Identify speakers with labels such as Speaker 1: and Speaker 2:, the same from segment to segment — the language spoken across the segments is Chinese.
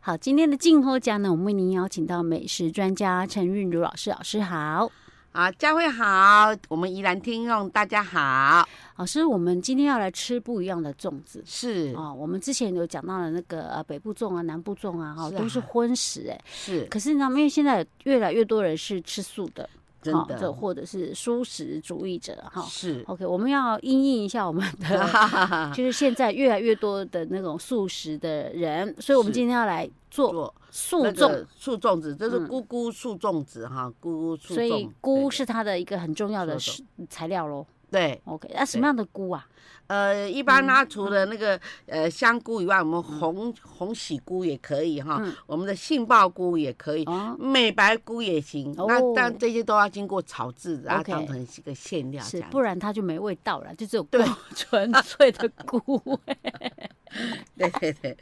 Speaker 1: 好，今天的静候家呢，我们为您邀请到美食专家陈韵如老师，老师好。
Speaker 2: 好，佳慧好，我们宜兰听众大家好，
Speaker 1: 老师，我们今天要来吃不一样的粽子
Speaker 2: 是
Speaker 1: 哦。我们之前有讲到了那个呃北部粽啊、南部粽啊，哈、
Speaker 2: 是啊
Speaker 1: 都是荤食哎、
Speaker 2: 是
Speaker 1: 可是你知道吗？因为现在越来越多人是吃素的，
Speaker 2: 真
Speaker 1: 哈这
Speaker 2: 的
Speaker 1: 或者是素食主义者哈。
Speaker 2: 是
Speaker 1: OK，我们要因应一下我们的 就是现在越来越多的那种素食的人，所以我们
Speaker 2: 是
Speaker 1: 今天要来做
Speaker 2: 做
Speaker 1: 素
Speaker 2: 那
Speaker 1: 粽，
Speaker 2: 个素粽子，这是
Speaker 1: 嗯
Speaker 2: 菇菇素粽子哈，菇菇素粽，
Speaker 1: 所以
Speaker 2: 对
Speaker 1: 菇是它的一个很重要的
Speaker 2: 素
Speaker 1: 食材料喽。
Speaker 2: 对，
Speaker 1: OK，那、什么样的菇啊？
Speaker 2: 呃，一般
Speaker 1: 嗯
Speaker 2: 它除了那个呃香菇以外，我们红红喜菇也可以哈
Speaker 1: 嗯，
Speaker 2: 我们的杏鲍菇也可以。
Speaker 1: 哦，
Speaker 2: 美白菇也行，
Speaker 1: 哦
Speaker 2: 那但这些都要经过炒制，然后
Speaker 1: OK
Speaker 2: 当成一个馅料这
Speaker 1: 是，
Speaker 2: 样
Speaker 1: 不。然它就没味道了，就只有菇
Speaker 2: 对
Speaker 1: 纯粹的 菇味。
Speaker 2: 对对对，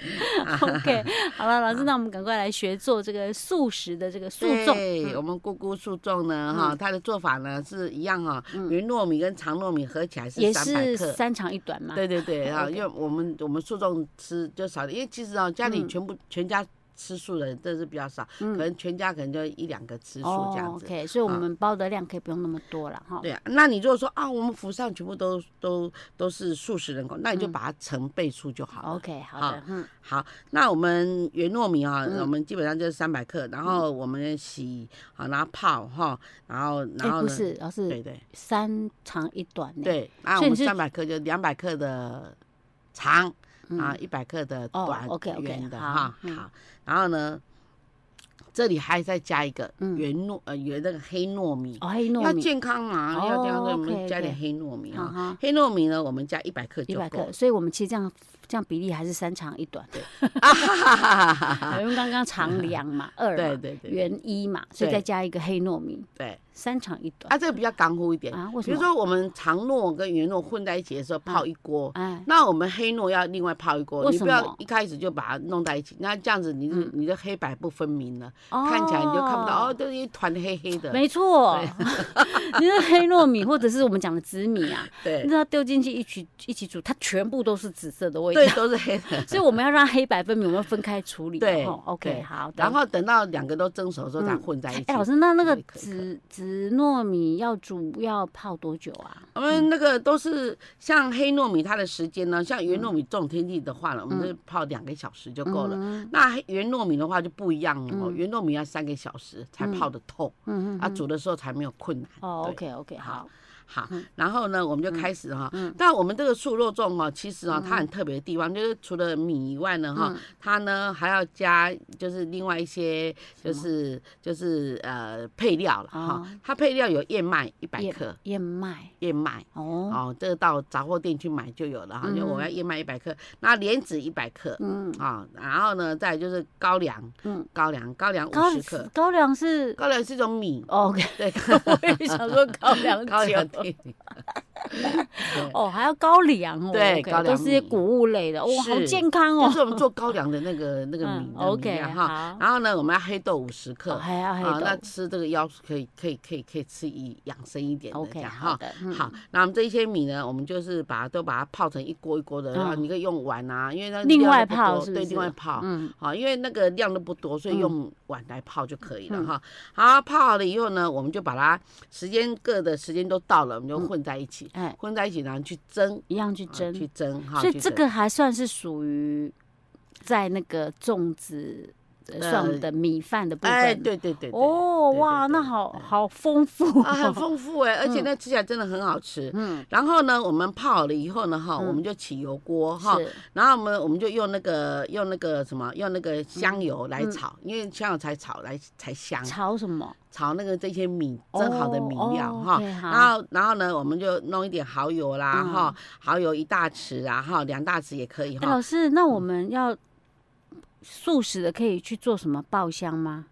Speaker 1: OK，好了，老师，那我们赶快来学做这个素食的这个素
Speaker 2: 对，
Speaker 1: 粽。嗯
Speaker 2: 嗯我们咕咕素粽呢，哈，它的做法呢是一样哈，圆糯米跟长糯米合起来
Speaker 1: 嗯也
Speaker 2: 是三百
Speaker 1: 是
Speaker 2: 克。
Speaker 1: 三长一短嘛。
Speaker 2: 对 对对，哈，
Speaker 1: OK
Speaker 2: 因为我们我们素粽吃就少点，因为其实哦，家里
Speaker 1: 嗯
Speaker 2: 全部全家吃素的人真的是比较少，可能全家可能就一两个吃素这样
Speaker 1: 哦
Speaker 2: 子。
Speaker 1: ，OK，所以我
Speaker 2: 啊
Speaker 1: 们包的量可以不用那么多了哈。
Speaker 2: 对啊，那你如果说啊，我们府上全部都都都是素食人口，那你就把它成倍数就好了。
Speaker 1: 嗯 OK，好的
Speaker 2: 好，
Speaker 1: 嗯，
Speaker 2: 好，那我们圆糯米啊，我们基本上就是三百克，然后我们洗好，然后泡哈，然后然
Speaker 1: 嗯哎，
Speaker 2: 后
Speaker 1: 不
Speaker 2: 呢？
Speaker 1: 是，老
Speaker 2: 对
Speaker 1: 师
Speaker 2: 对
Speaker 1: 三长一短呢。
Speaker 2: 对，那
Speaker 1: 所
Speaker 2: 我
Speaker 1: 以
Speaker 2: 们
Speaker 1: 你是
Speaker 2: 三百克就两百克的长
Speaker 1: 嗯，
Speaker 2: 啊，一百克的
Speaker 1: 哦
Speaker 2: 短
Speaker 1: ，OK，OK，
Speaker 2: 圆的
Speaker 1: 好
Speaker 2: 哈
Speaker 1: 嗯
Speaker 2: 好，然后呢，这里还再加一个
Speaker 1: 嗯
Speaker 2: 圆糯呃圆那个黑糯米，
Speaker 1: 哦，黑糯
Speaker 2: 要
Speaker 1: 米，
Speaker 2: 健康嘛，
Speaker 1: 哦
Speaker 2: 要健康，所以我们
Speaker 1: OK，OK
Speaker 2: 加点黑糯米
Speaker 1: 啊
Speaker 2: 啊。
Speaker 1: 哈，
Speaker 2: 黑糯米呢，我们加一百克
Speaker 1: 一
Speaker 2: 就
Speaker 1: 百
Speaker 2: 够
Speaker 1: 克，。所以我们其实这样这样比例还是三长一短，
Speaker 2: 啊哈哈哈哈哈
Speaker 1: 因为刚刚长两嘛，二
Speaker 2: 啊 对
Speaker 1: 嘛，
Speaker 2: 对 对
Speaker 1: 圆一嘛，所以
Speaker 2: 对
Speaker 1: 再加一个黑糯米，
Speaker 2: 对，
Speaker 1: 三长一短
Speaker 2: 啊，这个比较干乎一点。
Speaker 1: 啊？为
Speaker 2: 比
Speaker 1: 什
Speaker 2: 如
Speaker 1: 么？嗯
Speaker 2: 说我们长糯跟圆糯混在一起的时候泡一锅，
Speaker 1: 哎，
Speaker 2: 那我们黑糯要另外泡一锅，
Speaker 1: 为
Speaker 2: 你
Speaker 1: 什
Speaker 2: 不
Speaker 1: 么嗯
Speaker 2: 要一开始就把它弄在一起，那这样子你就你的黑白不分明了，看起来你就看不到哦，
Speaker 1: 哦。
Speaker 2: 就是一团黑黑的。
Speaker 1: 没错， 你是黑糯米，或者是我们讲的紫米啊，
Speaker 2: 对
Speaker 1: 你知道丢进去一起一起煮，它全部都是紫色的味道
Speaker 2: 对，，都是黑 的。
Speaker 1: 所以我们要让黑白分明，我们要分开处理。
Speaker 2: 对
Speaker 1: 哦，OK，
Speaker 2: 对
Speaker 1: 好的。
Speaker 2: 然后等到两个都蒸熟之后再
Speaker 1: 嗯
Speaker 2: 混在一起
Speaker 1: 哎、。老师，那那
Speaker 2: 一
Speaker 1: 个
Speaker 2: 颗一颗
Speaker 1: 紫紫糯米要煮要泡多久啊？
Speaker 2: 我们那个都是像黑糯米，它的时间呢，像圆糯米这种天气的话呢，我们就泡两个小时就够了。
Speaker 1: 嗯
Speaker 2: 那黑圆糯米的话就不一样了哦，圆糯米要三个小时才泡得透，
Speaker 1: 嗯嗯。
Speaker 2: 啊，煮的时候才没有困难。
Speaker 1: 哦
Speaker 2: 对
Speaker 1: ，OK OK，好，
Speaker 2: 好，
Speaker 1: 嗯
Speaker 2: 然后呢，我们就开始哈。但我们这个素肉粽哈，其实
Speaker 1: 嗯
Speaker 2: 啊，它很特别的地方就是除了米以外呢哈，它呢还要加就是另外一些就是就是呃配料了哈
Speaker 1: 哦。
Speaker 2: 它配料有燕麦一百
Speaker 1: 燕
Speaker 2: 克，
Speaker 1: 燕麦
Speaker 2: 燕麦
Speaker 1: 哦，
Speaker 2: 哦，这个到杂货店去买就有了哈。因为我要燕麦一百克，那莲子一百克
Speaker 1: 嗯，
Speaker 2: 啊，然后呢再来就是高粱
Speaker 1: 嗯，
Speaker 2: 高粱高粱
Speaker 1: 高
Speaker 2: 五十克，
Speaker 1: 高粱是
Speaker 2: 高粱是一种米，
Speaker 1: 哦 OK，
Speaker 2: 对，
Speaker 1: 我也想说高粱
Speaker 2: 高粱
Speaker 1: 酒
Speaker 2: 地。对
Speaker 1: 哦，还要高粱哦，
Speaker 2: 对
Speaker 1: OK，
Speaker 2: 高粱
Speaker 1: 都是些
Speaker 2: 米
Speaker 1: 谷物类的，哦，好
Speaker 2: 是
Speaker 1: 健康
Speaker 2: 就
Speaker 1: 哦
Speaker 2: 是。我们做高粱的 那个那个米
Speaker 1: 嗯
Speaker 2: 的米
Speaker 1: ，OK，
Speaker 2: 量哈。
Speaker 1: 好，
Speaker 2: 然后呢，我们要黑豆五十克
Speaker 1: 哦，还要黑
Speaker 2: 啊，那
Speaker 1: 豆
Speaker 2: 吃这个腰可以可以可以可以吃一养生一点的这
Speaker 1: ，OK，
Speaker 2: 样
Speaker 1: 好
Speaker 2: 哈。
Speaker 1: 的，嗯
Speaker 2: 好，那我们这些米呢，我们就是把它都把它泡成一锅一锅的，然后
Speaker 1: 嗯
Speaker 2: 你可以用碗啊，因为它
Speaker 1: 另
Speaker 2: 量
Speaker 1: 外
Speaker 2: 都不
Speaker 1: 泡
Speaker 2: 多
Speaker 1: 是不
Speaker 2: 对，
Speaker 1: 是
Speaker 2: 另外泡。
Speaker 1: 嗯，
Speaker 2: 好，因为那个量都不多，所以
Speaker 1: 嗯
Speaker 2: 用碗来泡就可以了
Speaker 1: 嗯
Speaker 2: 哈。好，泡好了以后呢，我们就把它时间各的时间都到了，我们就混在一起，
Speaker 1: 哎，
Speaker 2: 混在一起，然后去蒸，
Speaker 1: 一样去
Speaker 2: 啊
Speaker 1: 蒸，
Speaker 2: 去蒸哈。
Speaker 1: 所以
Speaker 2: 去
Speaker 1: 这
Speaker 2: 蒸
Speaker 1: 个还算是属于在那个粽子呃
Speaker 2: 呃
Speaker 1: 算我们的米饭的部分。
Speaker 2: 哎，对对对对，
Speaker 1: 哦，
Speaker 2: 对
Speaker 1: 哇，
Speaker 2: 对
Speaker 1: 那
Speaker 2: 对
Speaker 1: 好
Speaker 2: 嗯
Speaker 1: 好丰富、
Speaker 2: 啊，很
Speaker 1: 哦。
Speaker 2: 丰富哎，而且那吃起来真的很好吃。
Speaker 1: 嗯，
Speaker 2: 然后呢，我们泡好了以后呢，哈，
Speaker 1: 嗯
Speaker 2: 我们就起油锅哈，
Speaker 1: 是
Speaker 2: 然后我们我们就用那个用那个什么，用那个香油来炒，因为香油才炒来才香，
Speaker 1: 嗯炒什么？
Speaker 2: 炒那个这些米蒸好的米料
Speaker 1: 哦
Speaker 2: 哈。
Speaker 1: OK，好
Speaker 2: 然后，然后呢，我们就弄一点蚝油啦，
Speaker 1: 嗯
Speaker 2: 哈、蚝油一大匙啊，哈，两大匙也可以
Speaker 1: 哎、
Speaker 2: 哈
Speaker 1: 老。师，那我们要素食的可以去做什么爆香吗？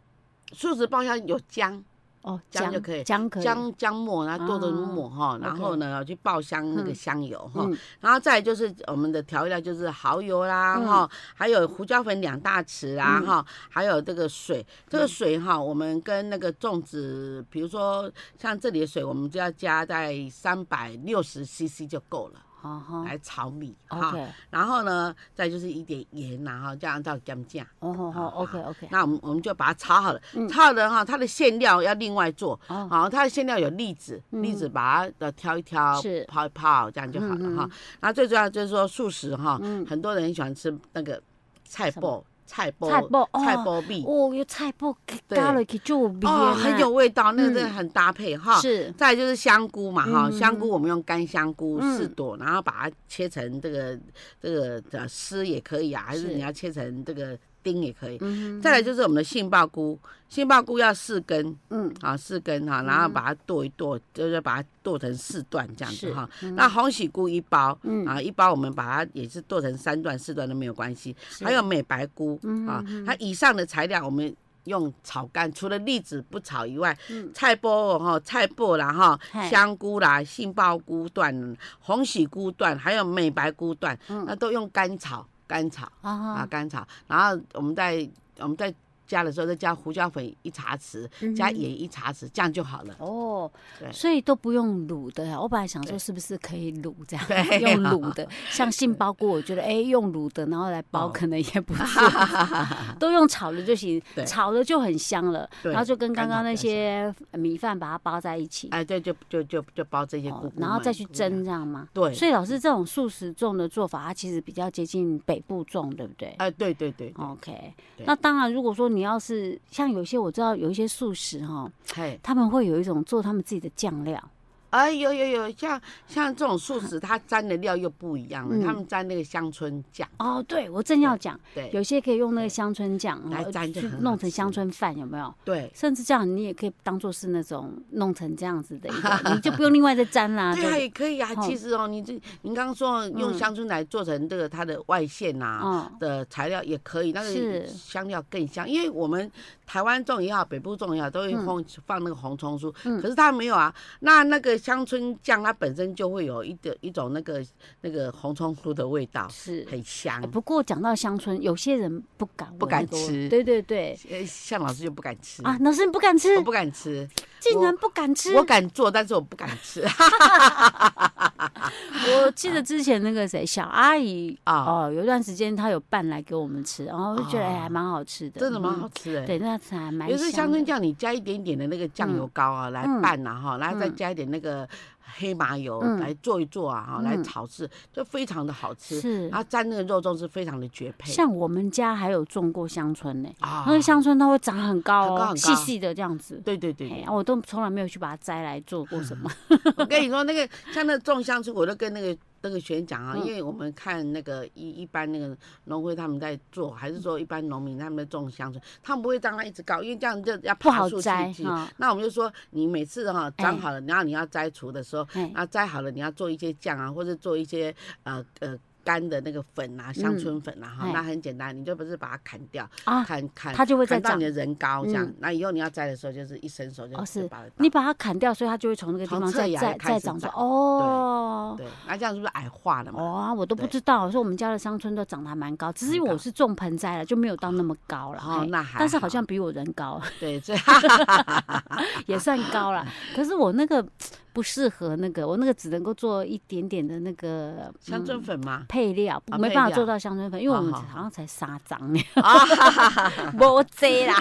Speaker 2: 素食爆香有姜，
Speaker 1: 哦，
Speaker 2: 姜就可以
Speaker 1: 姜可以，
Speaker 2: 姜姜末，然后剁成
Speaker 1: 啊
Speaker 2: 末哈，然后呢去爆香那个香油哈。
Speaker 1: 嗯
Speaker 2: 然后再来就是我们的调料，就是蚝油啦，
Speaker 1: 嗯
Speaker 2: 哈、还有胡椒粉两大匙啦，
Speaker 1: 嗯
Speaker 2: 哈、还有这个水，这个水哈，我们跟那个粽子，比如说像这里的水，我们就要加在三百六十 CC 就够了。
Speaker 1: 啊哈
Speaker 2: 来炒米哈。
Speaker 1: ，OK，
Speaker 2: 然后呢，再就是一点盐呐哈，这样到姜酱。
Speaker 1: 哦好好
Speaker 2: 好好
Speaker 1: ，OK OK，
Speaker 2: 那我们我们就把它炒好了
Speaker 1: 嗯，
Speaker 2: 炒好了哈，它的馅料要另外做，
Speaker 1: 哦
Speaker 2: 好，它的馅料有栗子，
Speaker 1: 嗯
Speaker 2: 栗子把它呃挑一挑
Speaker 1: 是，
Speaker 2: 泡一泡，这样就好
Speaker 1: 嗯
Speaker 2: 了
Speaker 1: 嗯
Speaker 2: 哈。然后最重要就是说素食哈
Speaker 1: 嗯，
Speaker 2: 很多人很喜欢吃那个菜
Speaker 1: 什
Speaker 2: 脯，菜脯，
Speaker 1: 菜脯哦
Speaker 2: 菜脯蜜，
Speaker 1: 哦，有菜脯
Speaker 2: 对
Speaker 1: 加落去就有味的
Speaker 2: 哦，
Speaker 1: 呢
Speaker 2: 很有味道，那个
Speaker 1: 嗯
Speaker 2: 真的很搭配哈。
Speaker 1: 是
Speaker 2: 再来就是香菇嘛哈，
Speaker 1: 嗯
Speaker 2: 香菇我们用干香菇
Speaker 1: 嗯
Speaker 2: 四朵，然后把它切成这个这个呃丝也可以啊，还
Speaker 1: 是
Speaker 2: 是你要切成这个丁也可以。
Speaker 1: 嗯
Speaker 2: 再来就是我们的杏鲍菇，杏鲍菇要四根
Speaker 1: 嗯
Speaker 2: 啊，四根哈、然后把它剁一剁，就是把它剁成四段这样子
Speaker 1: 是
Speaker 2: 哈、那红喜菇一包。
Speaker 1: 嗯，
Speaker 2: 啊，一包我们把它也是剁成三段、四段都没有关系。
Speaker 1: 是哦
Speaker 2: 还有美白菇啊
Speaker 1: 嗯嗯，
Speaker 2: 它以上的材料我们用炒干，除了栗子不炒以外，
Speaker 1: 嗯
Speaker 2: 菜脯哦哈、菜脯啦哈、
Speaker 1: 嗨
Speaker 2: 香菇啦、杏鲍菇段、红喜菇段，还有美白菇段，
Speaker 1: 嗯
Speaker 2: 那都用干炒，干炒。
Speaker 1: 啊
Speaker 2: 啊
Speaker 1: 哈，
Speaker 2: 甘草，然后我们在我们在加的时候再加胡椒粉一茶匙，加
Speaker 1: 嗯
Speaker 2: 盐一茶匙，这样就好了。
Speaker 1: 哦，
Speaker 2: 对
Speaker 1: 所以都不用卤的啊呀。我本来想说
Speaker 2: 对
Speaker 1: 是不是可以卤这样，
Speaker 2: 对
Speaker 1: 用卤的，像杏鲍菇，我觉 得哎、用卤的然后来包
Speaker 2: 哦
Speaker 1: 可能也不 错，都用炒的就行
Speaker 2: 对，
Speaker 1: 炒的就很香了。
Speaker 2: 对
Speaker 1: 然后就跟刚
Speaker 2: 干
Speaker 1: 刚
Speaker 2: 炒比
Speaker 1: 那
Speaker 2: 较香
Speaker 1: 些米饭把它包在一起，
Speaker 2: 哎，对，就就就就包这些
Speaker 1: 哦
Speaker 2: 菇菇
Speaker 1: 然后
Speaker 2: 嘛
Speaker 1: 再去
Speaker 2: 菇
Speaker 1: 蒸
Speaker 2: 呀
Speaker 1: 这样吗？
Speaker 2: 对，
Speaker 1: 所以老师这种素食粽的做法，它其实比较接近北部粽，对不对？
Speaker 2: 哎，对对对，
Speaker 1: OK，
Speaker 2: 对
Speaker 1: 那当然，如果说你要是像有些我知道有一些素食哈，
Speaker 2: 嘿，
Speaker 1: 他们会有一种做他们自己的酱料，
Speaker 2: 哎，有有有，像像这种素食，它沾的料又不一样了，他
Speaker 1: 嗯
Speaker 2: 们沾那个香椿酱，
Speaker 1: 哦，对，我正要讲，
Speaker 2: 对
Speaker 1: 有些可以用那个香椿酱
Speaker 2: 来
Speaker 1: 呃
Speaker 2: 沾就
Speaker 1: 去
Speaker 2: 很好
Speaker 1: 弄成香
Speaker 2: 吃
Speaker 1: 椿饭，有没有？
Speaker 2: 对。
Speaker 1: 甚至这样，你也可以当做是那种弄成这样子的一 个，你就不用另外再沾啦。
Speaker 2: 对
Speaker 1: 不
Speaker 2: 啊，也可以啊。
Speaker 1: 哦
Speaker 2: 其实哦，你这您刚刚说用
Speaker 1: 嗯
Speaker 2: 香椿来做成这个它的外馅呐、
Speaker 1: 哦，
Speaker 2: 的材料也可以，那
Speaker 1: 是
Speaker 2: 个香料更香，因为我们台湾种也好，北部种也好，都会
Speaker 1: 嗯
Speaker 2: 放放那个红葱酥，
Speaker 1: 嗯
Speaker 2: 可是它没有啊。那那个香椿酱，它本身就会有一点一种那个那个红葱酥的味道，
Speaker 1: 是。
Speaker 2: 很香
Speaker 1: 哎。不过讲到香椿，有些人不敢闻
Speaker 2: 不敢
Speaker 1: 那个味
Speaker 2: 吃
Speaker 1: 对对对
Speaker 2: 呃向老师就不敢吃
Speaker 1: 啊，老师你不敢吃
Speaker 2: 我，不敢吃，
Speaker 1: 竟
Speaker 2: 我
Speaker 1: 然不敢吃，
Speaker 2: 我敢做，但是我不敢吃
Speaker 1: 我记得之前那个谁小阿姨
Speaker 2: 啊，
Speaker 1: 哦，有一段时间她有拌来给我们吃，然后我就觉得
Speaker 2: 哦
Speaker 1: 哎还蛮好吃的，
Speaker 2: 真的蛮
Speaker 1: 嗯
Speaker 2: 好吃的。
Speaker 1: 对，那次还蛮
Speaker 2: 有时候香椿
Speaker 1: 的
Speaker 2: 酱，你加一点点的那个酱油膏啊，来
Speaker 1: 嗯
Speaker 2: 拌啊哈，然后再
Speaker 1: 嗯
Speaker 2: 加一点那个黑麻油
Speaker 1: 嗯
Speaker 2: 来做一做啊哈，来
Speaker 1: 嗯
Speaker 2: 炒制，就非常的好吃。啊
Speaker 1: 是
Speaker 2: 然后蘸那个肉粽是非常的绝配
Speaker 1: 像我们家还有种过香椿呢，
Speaker 2: 啊
Speaker 1: 那个香椿它会长很高
Speaker 2: 很高
Speaker 1: 哦，
Speaker 2: 很
Speaker 1: 细
Speaker 2: 高
Speaker 1: 细的这样子。
Speaker 2: 对对嗯对，
Speaker 1: 哎
Speaker 2: 对
Speaker 1: 呀，我都从来没有去把它摘来做过什么。
Speaker 2: 我跟你说，那个像那种香椿，我都跟那个那个学员讲啊，
Speaker 1: 嗯
Speaker 2: 因为我们看那个一一般那个农会他们在做，还是说一般农民他们在种香椿，他们不会让它一直高，因为这样就要
Speaker 1: 不
Speaker 2: 爬
Speaker 1: 好
Speaker 2: 树去
Speaker 1: 摘
Speaker 2: 挤。
Speaker 1: 哈。
Speaker 2: 那我们就说，你每次哈、长好了，然后你要摘除的时候，
Speaker 1: 哎，
Speaker 2: 那摘好了，你要做一些酱啊，或者做一些呃呃干的那个粉啊，香椿粉啊，哈、
Speaker 1: 嗯哎
Speaker 2: 那很简单，你就不是把它砍掉，
Speaker 1: 啊，
Speaker 2: 砍砍
Speaker 1: 它就会再
Speaker 2: 砍到
Speaker 1: 长
Speaker 2: 你。的人高这样
Speaker 1: 嗯。
Speaker 2: 那以后你要摘的时候，就是一伸手就
Speaker 1: 哦是
Speaker 2: 就把它
Speaker 1: 你把它砍掉，所以它就会从那个地
Speaker 2: 从
Speaker 1: 方
Speaker 2: 侧
Speaker 1: 再
Speaker 2: 芽
Speaker 1: 再
Speaker 2: 开
Speaker 1: 再
Speaker 2: 始
Speaker 1: 长出来。
Speaker 2: 长
Speaker 1: 哦，
Speaker 2: 对，那这样是不是矮化了嘛？
Speaker 1: 哦啊，我都不
Speaker 2: 对
Speaker 1: 知道，说我们家的香椿都长得还蛮高，只是因为我是种盆栽了，就没有到那么高了。
Speaker 2: 哦
Speaker 1: 嘿，
Speaker 2: 那还
Speaker 1: 哎但是好
Speaker 2: 好
Speaker 1: 像比我人高，
Speaker 2: 对，这
Speaker 1: 也算高了。可是我那个不适合那个，我那个只能够做一点点的那个
Speaker 2: 香椿粉嘛，
Speaker 1: 配料，
Speaker 2: 啊
Speaker 1: 没
Speaker 2: 配
Speaker 1: 办法
Speaker 2: 料啊
Speaker 1: 做到香椿粉，因为我们
Speaker 2: 好好
Speaker 1: 好像才三张呢，
Speaker 2: 啊，
Speaker 1: 我贼啦。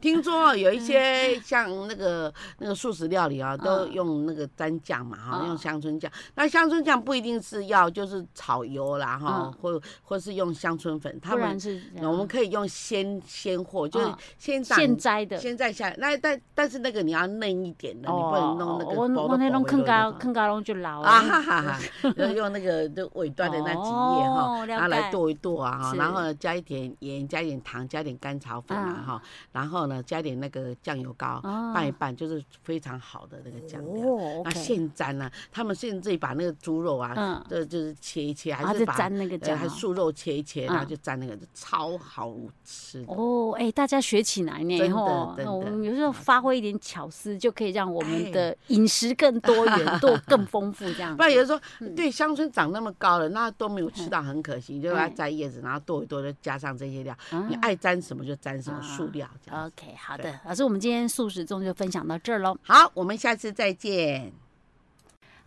Speaker 2: 听说哦有一些像那个那个素食料理啊，都
Speaker 1: 嗯
Speaker 2: 用那个蘸酱嘛，哈，
Speaker 1: 嗯
Speaker 2: 用香椿酱。那香椿酱不一定是要就是炒油啦，哈
Speaker 1: 嗯，
Speaker 2: 或或是用香椿粉， 他
Speaker 1: 不然
Speaker 2: 们
Speaker 1: 是这
Speaker 2: 我们
Speaker 1: 样
Speaker 2: 可以用鲜鲜货，就是
Speaker 1: 嗯
Speaker 2: 先长
Speaker 1: 现摘的。
Speaker 2: 先摘下来。那但但是那个你要嫩一点的，你不能弄那个
Speaker 1: 哦我
Speaker 2: 薄
Speaker 1: 我那
Speaker 2: 的
Speaker 1: 种
Speaker 2: 薄
Speaker 1: 坑
Speaker 2: 的那
Speaker 1: 高
Speaker 2: 种
Speaker 1: 坑高拢就老
Speaker 2: 啊哈哈 哈，要用那个就尾端的那几页哈。
Speaker 1: 哦了
Speaker 2: 然后来
Speaker 1: 解
Speaker 2: 剁一剁啊，哈
Speaker 1: 是
Speaker 2: 然后呢加一点盐，加一点糖，加一点甘草粉啊
Speaker 1: 嗯
Speaker 2: 哈，然后呢加一点那个酱油膏，
Speaker 1: 啊
Speaker 2: 拌一拌就是非常好的那个酱料。
Speaker 1: 哦
Speaker 2: 那
Speaker 1: OK
Speaker 2: 现沾呢，他们现在自己把那个猪肉啊，
Speaker 1: 嗯，
Speaker 2: 这就是切一切，
Speaker 1: 然后
Speaker 2: 还
Speaker 1: 就是
Speaker 2: 把
Speaker 1: 沾那个
Speaker 2: 呃
Speaker 1: 酱
Speaker 2: 还
Speaker 1: 哦。
Speaker 2: 素肉切一切，然后
Speaker 1: 嗯
Speaker 2: 就沾那个，就超好吃的。
Speaker 1: 哦，哎、大家学起来呢
Speaker 2: 真的
Speaker 1: 吼，
Speaker 2: 真
Speaker 1: 那
Speaker 2: 的
Speaker 1: 我们有时候发挥一点巧思，就可以让我们
Speaker 2: 哎
Speaker 1: 的饮食更多元、多更丰富这样
Speaker 2: 不。然有时候
Speaker 1: 嗯
Speaker 2: 对香椿长那么高了，那都没有吃到，很可惜。你就把
Speaker 1: 哎
Speaker 2: 它摘叶子，然后剁一剁，就加上这些料，
Speaker 1: 嗯
Speaker 2: 你爱沾什么就沾什么，
Speaker 1: 啊
Speaker 2: 塑料这样。
Speaker 1: OK，好的，老师，我们今天素食中就分享到这儿喽。
Speaker 2: 好，我们下次再见。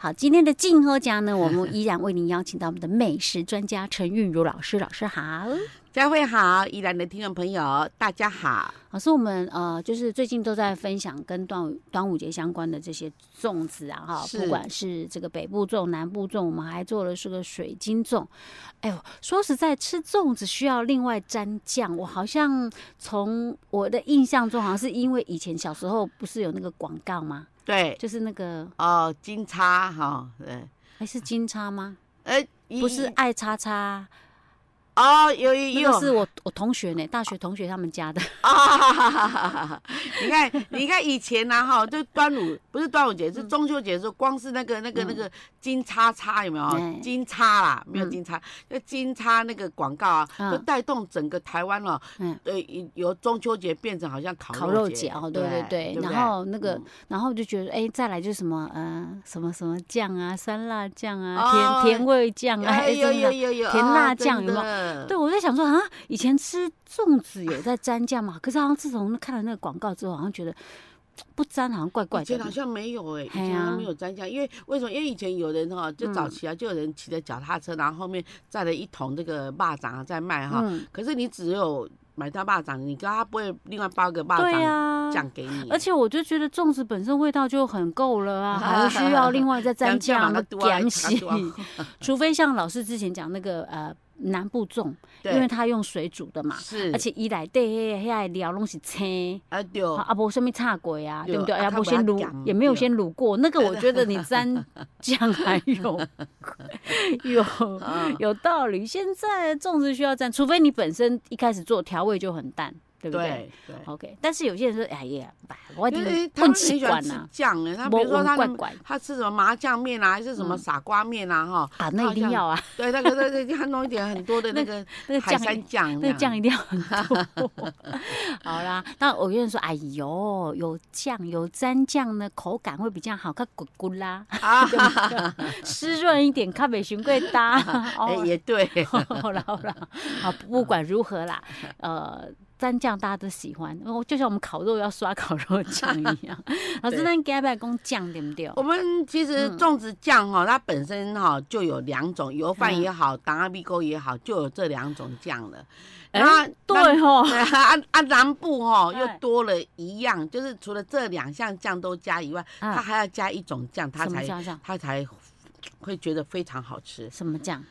Speaker 1: 好，今天的静喝家呢，我们依然为您邀请到我们的美食专家陈韵如老师，老师好。
Speaker 2: 佳慧好，宜兰的听众朋友大家好。
Speaker 1: 老师，我们呃，就是最近都在分享跟端午端午节相关的这些粽子啊，哈，
Speaker 2: 是
Speaker 1: 不管是这个北部粽、南部粽，我们还做了这个水晶粽。哎呦，说实在，吃粽子需要另外沾酱。我好像从我的印象中，好像是因为以前小时候不是有那个广告吗？
Speaker 2: 对，
Speaker 1: 就是那个
Speaker 2: 哦，金叉哈，对，
Speaker 1: 哎是金叉吗？
Speaker 2: 呃，一
Speaker 1: 不是爱叉叉，
Speaker 2: 哦，有有
Speaker 1: 那
Speaker 2: 有
Speaker 1: 个是我我同学呢，大学同学他们家的。
Speaker 2: 啊！你看，你看以前呐、哈，就端午不是端午节，是
Speaker 1: 嗯
Speaker 2: 中秋节的时候，光是那个那个那个金叉叉有没
Speaker 1: 哎
Speaker 2: 有？金叉啦，没有
Speaker 1: 嗯
Speaker 2: 金叉，就金叉那个广告啊，
Speaker 1: 嗯
Speaker 2: 就带动整个台湾了
Speaker 1: 嗯。
Speaker 2: 对，由中秋节变成好像烤
Speaker 1: 烤肉节
Speaker 2: 节
Speaker 1: 哦，对对对，
Speaker 2: 不
Speaker 1: 然后那个
Speaker 2: 嗯，
Speaker 1: 然后就觉得，哎，再来就是什么，呃，什么什么酱啊，酸辣酱啊，
Speaker 2: 哦
Speaker 1: 甜甜味酱啊，
Speaker 2: 哎
Speaker 1: 哎，
Speaker 2: 有
Speaker 1: 真
Speaker 2: 有
Speaker 1: 的，
Speaker 2: 有有
Speaker 1: 甜
Speaker 2: 哦
Speaker 1: 辣酱
Speaker 2: 真
Speaker 1: 有没
Speaker 2: 的
Speaker 1: 对我在想说啊，以前吃粽子有在沾酱嘛，可是好像自从看了那个广告之后，好像觉得不沾好像怪怪
Speaker 2: 以前好
Speaker 1: 的。
Speaker 2: 像没有哎、以
Speaker 1: 嘿嗯
Speaker 2: 前好
Speaker 1: 啊
Speaker 2: 像没有沾酱，因为为什么？因为以前有人哈、就早期啊，就有人骑着脚踏车，然后后面载了一桶这个蚂蚱啊在卖哈、
Speaker 1: 嗯，
Speaker 2: 可是你只有买到蚂蚱，你跟他不会另外包个蚂
Speaker 1: 对啊
Speaker 2: 蚱
Speaker 1: 呀，
Speaker 2: 酱给你，
Speaker 1: 而且我就觉得粽子本身味道就很够了 啊，还需要另外再沾酱
Speaker 2: 嘛，
Speaker 1: 点洗，
Speaker 2: 多啊
Speaker 1: 除非像老师之前讲那个呃南部粽，
Speaker 2: 对，
Speaker 1: 因为它用水煮的嘛，
Speaker 2: 是，
Speaker 1: 而且伊内底迄遐料拢是青，
Speaker 2: 啊对，
Speaker 1: 啊啊无什么差过啊，
Speaker 2: 对
Speaker 1: 对不对？
Speaker 2: 啊
Speaker 1: 啊
Speaker 2: 较
Speaker 1: 无先
Speaker 2: 不
Speaker 1: 卤
Speaker 2: 会咸，
Speaker 1: 也没有
Speaker 2: 对啊
Speaker 1: 先卤过，那个我觉得你 沾酱还有有
Speaker 2: 嗯
Speaker 1: 有道理。现在粽子需要蘸，除非你本身一开始做调味就很淡， 对不对
Speaker 2: 对对。
Speaker 1: ？OK，但是有些人说，哎呀，哎我已
Speaker 2: 因
Speaker 1: 经
Speaker 2: 为他们很
Speaker 1: 习
Speaker 2: 喜欢
Speaker 1: 惯
Speaker 2: 吃
Speaker 1: 了，
Speaker 2: 酱哎、他比
Speaker 1: 我
Speaker 2: 如说
Speaker 1: 啊我
Speaker 2: 他
Speaker 1: 怪
Speaker 2: 们
Speaker 1: 怪
Speaker 2: 他吃什么麻酱面啊，还是什么
Speaker 1: 嗯
Speaker 2: 傻瓜面啊哈、
Speaker 1: 啊，那一定要 啊，
Speaker 2: 对，那个那个他弄一点很多的那个
Speaker 1: 那个
Speaker 2: 海
Speaker 1: 酱
Speaker 2: 山酱，
Speaker 1: 那个酱一定要很多。好啦，那有些人说，哎呦，有酱有沾酱呢，口感会比较好，它滚滚 啦，
Speaker 2: 啊，
Speaker 1: 湿润一点，看美寻贵搭。
Speaker 2: 哎
Speaker 1: 哦，
Speaker 2: 也对，
Speaker 1: 好啦好啦，好，不管如何啦，呃。蘸酱大家都喜欢，哦，就像我们烤肉要刷烤肉酱一 样。老师，
Speaker 2: 对哦
Speaker 1: 那你给白公酱对不对？
Speaker 2: 我们其
Speaker 1: 嗯
Speaker 2: 实粽子酱哈，它本身哈就有两种，油
Speaker 1: 嗯
Speaker 2: 饭也好，当阿鼻沟也好，就有这两种酱了。
Speaker 1: 哎
Speaker 2: 然后那
Speaker 1: 对哦，
Speaker 2: 对啊啊南部哈
Speaker 1: 对
Speaker 2: 又多了一样，就是除了这两项酱都加以外，它
Speaker 1: 啊，
Speaker 2: 还要加一种酱，它
Speaker 1: 什么
Speaker 2: 才
Speaker 1: 酱酱？
Speaker 2: 它才会觉得非常好吃，
Speaker 1: 什么酱？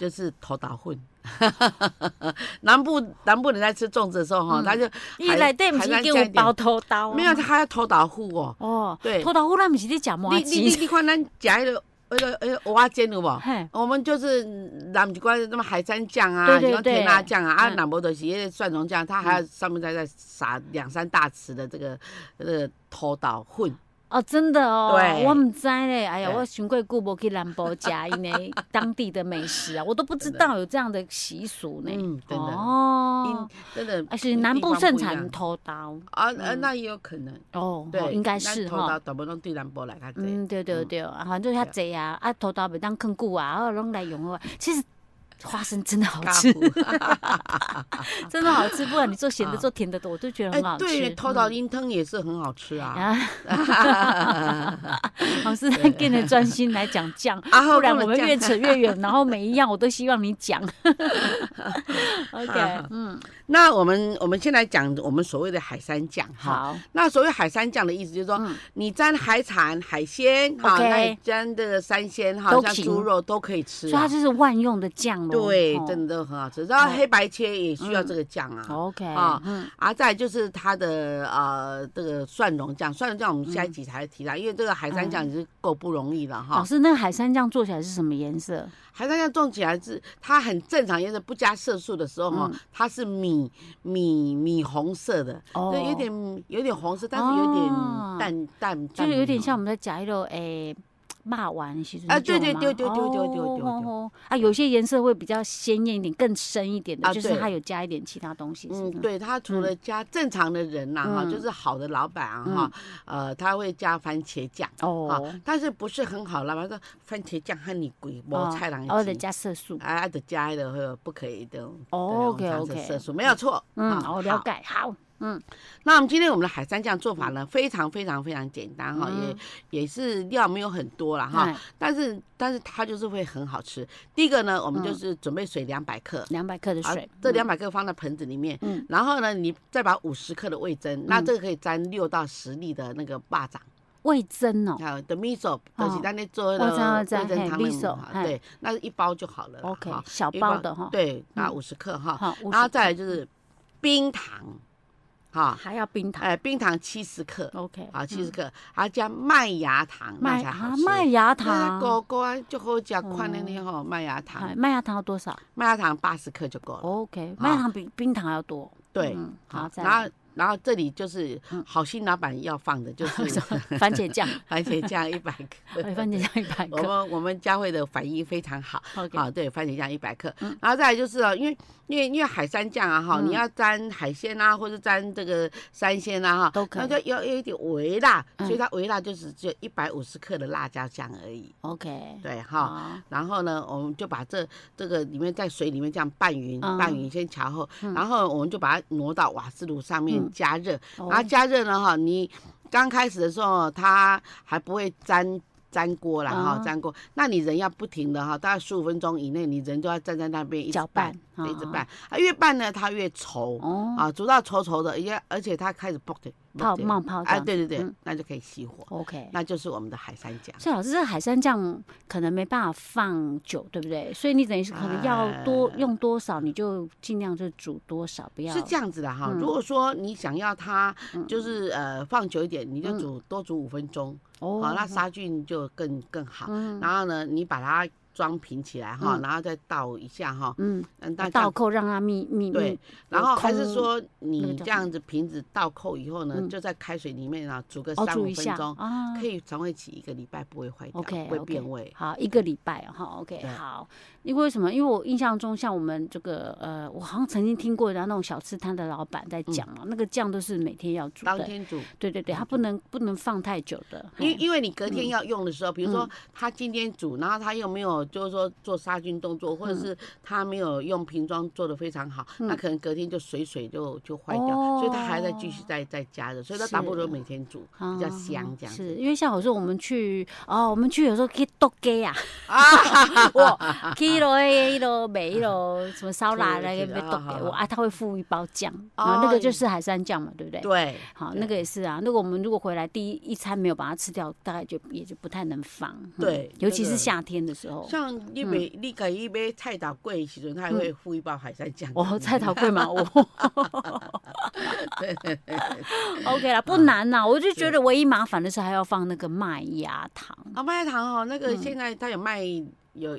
Speaker 2: 就是头打 混。南部南部人在吃粽子的时候哈，
Speaker 1: 嗯
Speaker 2: 他就
Speaker 1: 伊内底不
Speaker 2: 海
Speaker 1: 是
Speaker 2: 南
Speaker 1: 给
Speaker 2: 酱
Speaker 1: 我
Speaker 2: 一点
Speaker 1: 包头刀？啊
Speaker 2: 没有，他还要头打糊哦。
Speaker 1: 哦，
Speaker 2: 对，
Speaker 1: 头刀我那不是在讲麻
Speaker 2: 你你你
Speaker 1: 糬？
Speaker 2: 你看咱食迄个迄个迄个蚵仔煎有无？
Speaker 1: 嘿，
Speaker 2: 我们就是拿一罐什么海参酱啊，
Speaker 1: 对对
Speaker 2: 一罐甜辣酱啊，啊，
Speaker 1: 嗯
Speaker 2: 那无就是迄个蒜蓉酱，它还要上面再再撒两三大匙的这个呃土豆混。
Speaker 1: 哦，真的哦，
Speaker 2: 对
Speaker 1: 我唔知嘞，哎呀，
Speaker 2: 对
Speaker 1: 我寻过顾无去兰博家，因为当地的美 食啊，我都不知道有这样的习俗呢。
Speaker 2: 嗯，真的，
Speaker 1: 哦，
Speaker 2: 因真的，
Speaker 1: 而是南部盛产
Speaker 2: 地
Speaker 1: 头刀
Speaker 2: 方不一样啊，呃，那也有可能，
Speaker 1: 哦，
Speaker 2: 对，
Speaker 1: 应该是
Speaker 2: 咱土
Speaker 1: 哈
Speaker 2: 豆。大部分拢对南部来较济。
Speaker 1: 嗯，对对
Speaker 2: 嗯
Speaker 1: 对，啊反正就遐济啊，啊头刀袂当啃久啊，啊拢来用啊。其实花生真的好
Speaker 2: 咖哎
Speaker 1: 吃，
Speaker 2: 糊
Speaker 1: 真的好吃，不管你做咸的
Speaker 2: 啊
Speaker 1: 做甜的，我都觉得
Speaker 2: 哎
Speaker 1: 很好，吃。嗯
Speaker 2: 对，土豆丁汤也是很好吃 啊。
Speaker 1: 啊，老师在跟你专心来讲酱，
Speaker 2: 啊
Speaker 1: 不然我
Speaker 2: 我
Speaker 1: 们
Speaker 2: 们
Speaker 1: 越扯越远，然后每一样我都希望你讲。OK，
Speaker 2: 好
Speaker 1: 嗯，
Speaker 2: 那我们我们先来讲我们所谓的海参酱哈。
Speaker 1: 好，
Speaker 2: 那所谓海参酱的意思就是说，
Speaker 1: 嗯
Speaker 2: 你沾海产、海鲜，哈，
Speaker 1: OK
Speaker 2: 那你沾这个三鲜，哈
Speaker 1: 都，
Speaker 2: 像
Speaker 1: 行
Speaker 2: 猪肉都可以吃
Speaker 1: 所以
Speaker 2: 啊、
Speaker 1: 它就是万用的酱咯。
Speaker 2: 对，
Speaker 1: 哦
Speaker 2: 真的都很好吃。然后
Speaker 1: 哦
Speaker 2: 黑白切也需要这个酱啊。
Speaker 1: OK，
Speaker 2: 啊
Speaker 1: 嗯，
Speaker 2: 啊，再来就是它的呃这个蒜蓉酱，蒜蓉酱我们下一集才会提到，
Speaker 1: 嗯
Speaker 2: 因为这个海参酱已经够不容易了哈。
Speaker 1: 老师，那个海参酱做起来是什么颜色？
Speaker 2: 海参酱种起来是它很正常，也是不加色素的时候
Speaker 1: 嗯
Speaker 2: 哈，它是米米米红色的，
Speaker 1: 哦
Speaker 2: 就有点有点红色，但是有点
Speaker 1: 哦
Speaker 2: 淡淡，
Speaker 1: 就
Speaker 2: 淡
Speaker 1: 是有点
Speaker 2: 米哦
Speaker 1: 像我们在夹一种诶。骂完其实
Speaker 2: 啊对对对对对
Speaker 1: 哦
Speaker 2: 对对对对
Speaker 1: 啊，有些颜色会比较鲜艳一点，更深一点的，
Speaker 2: 啊
Speaker 1: 就是
Speaker 2: 对
Speaker 1: 它有加一点其他东西，是
Speaker 2: 嗯，
Speaker 1: 吗，
Speaker 2: 对他除了加正常的人呐、哈、
Speaker 1: 嗯
Speaker 2: 就是好的老板啊哈、呃，他会加番茄酱啊、
Speaker 1: 哦，
Speaker 2: 但是不是很好老板说番茄酱和你鬼
Speaker 1: 哦
Speaker 2: 无菜人
Speaker 1: 哦，得
Speaker 2: 吃，
Speaker 1: 加色素，
Speaker 2: 啊，啊得加的会有不可以的，
Speaker 1: 哦，OK，OK
Speaker 2: 对我们常吃色素没有错，
Speaker 1: 嗯，
Speaker 2: 啊
Speaker 1: 哦，了
Speaker 2: 好
Speaker 1: 解，好，嗯，
Speaker 2: 那我们今天我们的海山酱做法呢，非常非常非常简单哈，
Speaker 1: 嗯
Speaker 2: 也也是料没有很多了哈，
Speaker 1: 哎，
Speaker 2: 但是但是它就是会很好吃。第一个呢，我们就
Speaker 1: 嗯
Speaker 2: 是准备水两百克，
Speaker 1: 两百克的
Speaker 2: 好，
Speaker 1: 水，嗯
Speaker 2: 这两百克放在盆子里面，
Speaker 1: 嗯
Speaker 2: 然后呢，你再把五十克的味增，那这个可以沾六到十粒的那个霸掌，
Speaker 1: 味增哦
Speaker 2: 还有的 miso，就是咱那做
Speaker 1: 我知道我
Speaker 2: 的味
Speaker 1: 知道
Speaker 2: 增
Speaker 1: 嘿
Speaker 2: 汤里面
Speaker 1: miso，
Speaker 2: 哈
Speaker 1: 嘿
Speaker 2: 对，那一包就好了啦。
Speaker 1: ，OK，
Speaker 2: 哈
Speaker 1: 小
Speaker 2: 一
Speaker 1: 包的哈，
Speaker 2: 对，那
Speaker 1: 嗯
Speaker 2: 五十克哈，
Speaker 1: 好，50
Speaker 2: 然后再来就是冰糖，哈，
Speaker 1: 还要冰糖
Speaker 2: 哎，冰糖七十克，
Speaker 1: ，OK，
Speaker 2: 好，七十
Speaker 1: 嗯
Speaker 2: 克，还加麦芽糖，那
Speaker 1: 麦
Speaker 2: 才
Speaker 1: 啊
Speaker 2: 好吃。
Speaker 1: 麦芽
Speaker 2: 那
Speaker 1: 糖，
Speaker 2: 狗狗啊，就好加宽的呢
Speaker 1: 哦
Speaker 2: 吼，麦芽糖
Speaker 1: 哎，麦芽糖要多少
Speaker 2: 麦芽糖八十克就够了。
Speaker 1: ？OK，
Speaker 2: 好
Speaker 1: 麦芽糖比冰糖要多，
Speaker 2: 对
Speaker 1: 嗯，好，
Speaker 2: 好，
Speaker 1: 再
Speaker 2: 然
Speaker 1: 来
Speaker 2: 后然后这里就是
Speaker 1: 嗯
Speaker 2: 好心老板要放的，就是
Speaker 1: 番茄酱，
Speaker 2: 番茄酱一百 克
Speaker 1: 哎， 番茄。酱一百
Speaker 2: 我
Speaker 1: 克
Speaker 2: 们我们佳慧的反应非常好，
Speaker 1: ，OK，
Speaker 2: 好，对，番茄酱一百克
Speaker 1: 嗯，
Speaker 2: 然后再来就是哦，因为因为因为海山酱啊哈，
Speaker 1: 嗯
Speaker 2: 你要沾海鲜啊，或者沾这个山鲜啊哈，
Speaker 1: 都可
Speaker 2: 那
Speaker 1: 以
Speaker 2: 就要有一点微辣，
Speaker 1: 嗯
Speaker 2: 所以它微辣就是只有一百五十克的辣椒酱而已，
Speaker 1: ，OK，
Speaker 2: 对哈。
Speaker 1: 好，
Speaker 2: 然后呢，我们就把这这个里面在水里面这样拌匀，
Speaker 1: 嗯
Speaker 2: 拌匀先调后，
Speaker 1: 嗯
Speaker 2: 然后我们就把它挪到瓦斯炉上面
Speaker 1: 嗯
Speaker 2: 加热，
Speaker 1: 哦
Speaker 2: 然后加热呢哈，你刚开始的时候它还不会粘粘锅啦哈，
Speaker 1: 啊
Speaker 2: 粘锅，那你人要不停的哈，大概十五分钟以内，你人就要站在那边一直
Speaker 1: 搅
Speaker 2: 拌
Speaker 1: 拌，，
Speaker 2: 对一直
Speaker 1: 啊
Speaker 2: 拌，啊越拌呢它越稠
Speaker 1: 哦，
Speaker 2: 啊，煮到稠稠的，而且而且它开始爆的
Speaker 1: 泡冒泡这
Speaker 2: 哎
Speaker 1: 样
Speaker 2: 对对对
Speaker 1: 嗯，
Speaker 2: 那就可以熄火，
Speaker 1: ，OK。
Speaker 2: 那就是我们的海山酱。
Speaker 1: 所以老师，这个海山酱可能没办法放久，对不对？所以你等于是可能要多
Speaker 2: 呃
Speaker 1: 用多少，你就尽量就煮多少，不要
Speaker 2: 是这样子的哈，
Speaker 1: 嗯
Speaker 2: 如果说你想要它
Speaker 1: 嗯
Speaker 2: 就是呃放久一点，你就
Speaker 1: 嗯
Speaker 2: 煮多煮五分钟，
Speaker 1: 哦
Speaker 2: 好，那杀菌就更更好。
Speaker 1: 嗯
Speaker 2: 然后呢，你把它装瓶起来哈，
Speaker 1: 嗯
Speaker 2: 然后再倒一下哈，
Speaker 1: 嗯，
Speaker 2: 嗯，大
Speaker 1: 倒
Speaker 2: 家
Speaker 1: 扣让它密密
Speaker 2: 对
Speaker 1: 密，
Speaker 2: 然后还是
Speaker 1: 空
Speaker 2: 说
Speaker 1: 那个
Speaker 2: 你
Speaker 1: 叫什
Speaker 2: 这
Speaker 1: 么
Speaker 2: 样子瓶子倒扣以后呢，
Speaker 1: 嗯
Speaker 2: 就在开水里面啊煮个
Speaker 1: 熬
Speaker 2: 三
Speaker 1: 煮
Speaker 2: 五
Speaker 1: 一
Speaker 2: 分
Speaker 1: 下
Speaker 2: 钟，
Speaker 1: 啊。
Speaker 2: 可以常味起一个礼拜不会坏掉，
Speaker 1: OK，
Speaker 2: 不会
Speaker 1: OK
Speaker 2: 变味。
Speaker 1: 好，一个礼拜哦哈，OK，
Speaker 2: 对
Speaker 1: 好。因为什么？因为我印象中，像我们这个呃，我好像曾经听过人家那种小吃摊的老板在讲哦嘛，那个酱都是每天要煮
Speaker 2: 嗯当
Speaker 1: 的，
Speaker 2: 天煮，
Speaker 1: 对对对，它不能不能放太久的。
Speaker 2: 因为
Speaker 1: 嘿
Speaker 2: 因为你隔
Speaker 1: 嗯
Speaker 2: 天要用的时候，比如说他今天煮，然后他又没有就是说做杀菌动作，
Speaker 1: 嗯
Speaker 2: 或者是他没有用瓶装做的非常好，那可能隔天就水水就就坏掉，
Speaker 1: 哦
Speaker 2: 所以他还在继续再再加热，所以他打不如
Speaker 1: 是
Speaker 2: 每天煮比较
Speaker 1: 啊
Speaker 2: 香这样子。
Speaker 1: 是因为像我说我们去哦，我们去有时候可以多给啊，
Speaker 2: 啊，
Speaker 1: 我去了一楼没了什么烧腊那
Speaker 2: 去
Speaker 1: 个
Speaker 2: 了
Speaker 1: 多
Speaker 2: 啊
Speaker 1: 给
Speaker 2: 好
Speaker 1: 我
Speaker 2: 好
Speaker 1: 啊，他会附一包酱，然后那
Speaker 2: 哎
Speaker 1: 个就是海山酱嘛，对不对？
Speaker 2: 对，
Speaker 1: 好，
Speaker 2: 对
Speaker 1: 那个也是啊。那个我们如果回来第一一餐没有把它吃掉，大概就也就不太能放。嗯
Speaker 2: 对
Speaker 1: 尤其
Speaker 2: 那
Speaker 1: 是
Speaker 2: 个
Speaker 1: 夏天的时候。
Speaker 2: 像你
Speaker 1: 嗯
Speaker 2: 买你给伊买菜头粿的时阵，他也会附一包海山酱。
Speaker 1: 哦，菜头贵嘛，我
Speaker 2: 对对对，
Speaker 1: OK 啦，不难呐。我就觉得唯一麻烦的是还要放那个麦芽糖。
Speaker 2: 啊，麦糖哦，那
Speaker 1: 嗯
Speaker 2: 个现在他有卖，有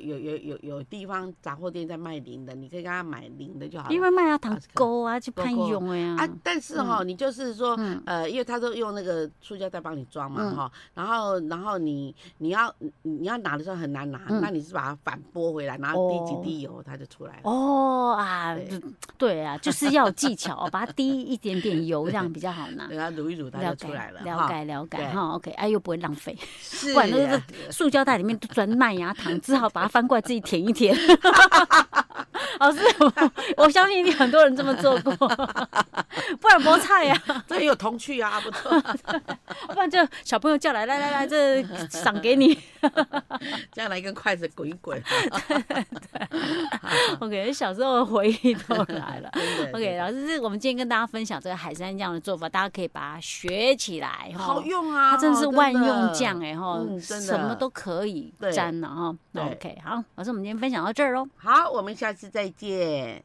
Speaker 2: 有有有有地方杂货店在卖零的，你可以跟他买零的就好了。
Speaker 1: 因为麦芽糖
Speaker 2: 是可以
Speaker 1: 勾啊，去
Speaker 2: 勾
Speaker 1: 攀
Speaker 2: 勾
Speaker 1: 涌哎呀
Speaker 2: 啊，，但是哈、你就是说，呃，因为他都用那个塑胶袋帮你装嘛
Speaker 1: 嗯
Speaker 2: 哈、然后然后你你要你你要拿的时候很难拿，
Speaker 1: 嗯
Speaker 2: 那你是把它反拨回来，然后滴几
Speaker 1: 哦
Speaker 2: 滴油，它就出来了。
Speaker 1: 哦啊
Speaker 2: 对，
Speaker 1: 就对啊，就是要有技巧，把它滴一点点油，这样比较好拿
Speaker 2: 对，。它卤一卤，它
Speaker 1: 了解
Speaker 2: 就出来了，
Speaker 1: 了
Speaker 2: 哈
Speaker 1: 解了解
Speaker 2: 对
Speaker 1: 哈，OK，哎又不会浪费，
Speaker 2: 是
Speaker 1: 不然那个
Speaker 2: 啊
Speaker 1: 塑胶袋里面都装麦芽糖，只好把它翻过来自己舔一舔。 老师，我我相信一定很多人这么做 过，不然菠菜呀、
Speaker 2: 这也有童趣啊，不错，
Speaker 1: 不然就小朋友叫来，来来来，这赏给你。
Speaker 2: 这样来跟筷子滚一滚。啊
Speaker 1: OK，小时候的回忆都来了。
Speaker 2: 真的
Speaker 1: OK，老师，这我们今天跟大家分享这个海山酱的做法，大家可以把它学起来哈。
Speaker 2: 好用啊，
Speaker 1: 它真是万用酱
Speaker 2: 哎。
Speaker 1: 哎哈
Speaker 2: 嗯，真的
Speaker 1: 什么都可以
Speaker 2: 对
Speaker 1: 沾了哈。
Speaker 2: 对
Speaker 1: OK，好，老师，我们今天分享到这儿喽。
Speaker 2: 好，我们下次再见。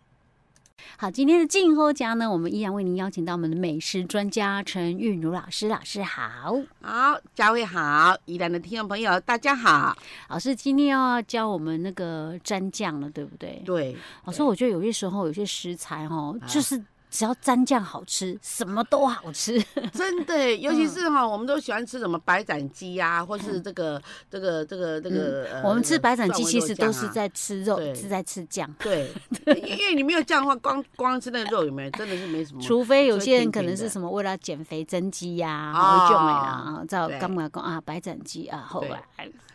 Speaker 1: 好，今天的静候家呢，我们依然为您邀请到我们的美食专家陈韵如老师，老师好，
Speaker 2: 好，嘉惠好，宜兰的听众朋友大家好。
Speaker 1: 老师今天要教我们那个蘸酱了，对不对？
Speaker 2: 对，
Speaker 1: 老师，我觉得有些时候有些食材哦，
Speaker 2: 啊
Speaker 1: 就是只要蘸酱好吃，什么都好吃。
Speaker 2: 真的耶，尤其是哈，我们都喜欢吃什么白斩鸡呀，或是这个这个这个这个。呃
Speaker 1: 我们吃
Speaker 2: 这个
Speaker 1: 白斩鸡
Speaker 2: 蒜
Speaker 1: 其
Speaker 2: 味肉
Speaker 1: 实
Speaker 2: 酱
Speaker 1: 都
Speaker 2: 啊
Speaker 1: 是在吃肉，
Speaker 2: 对
Speaker 1: 是在吃酱。
Speaker 2: 对，因为你没有酱的话，光光吃那个肉有没有，真的是没什么。
Speaker 1: 除非有
Speaker 2: 所以
Speaker 1: 些人
Speaker 2: 甜
Speaker 1: 可
Speaker 2: 甜
Speaker 1: 能是
Speaker 2: 的
Speaker 1: 什么为了减肥增肌呀、啊，
Speaker 2: 哦
Speaker 1: 好用的啦，照
Speaker 2: 对
Speaker 1: 刚刚讲啊，白斩鸡啊，后
Speaker 2: 对
Speaker 1: 来，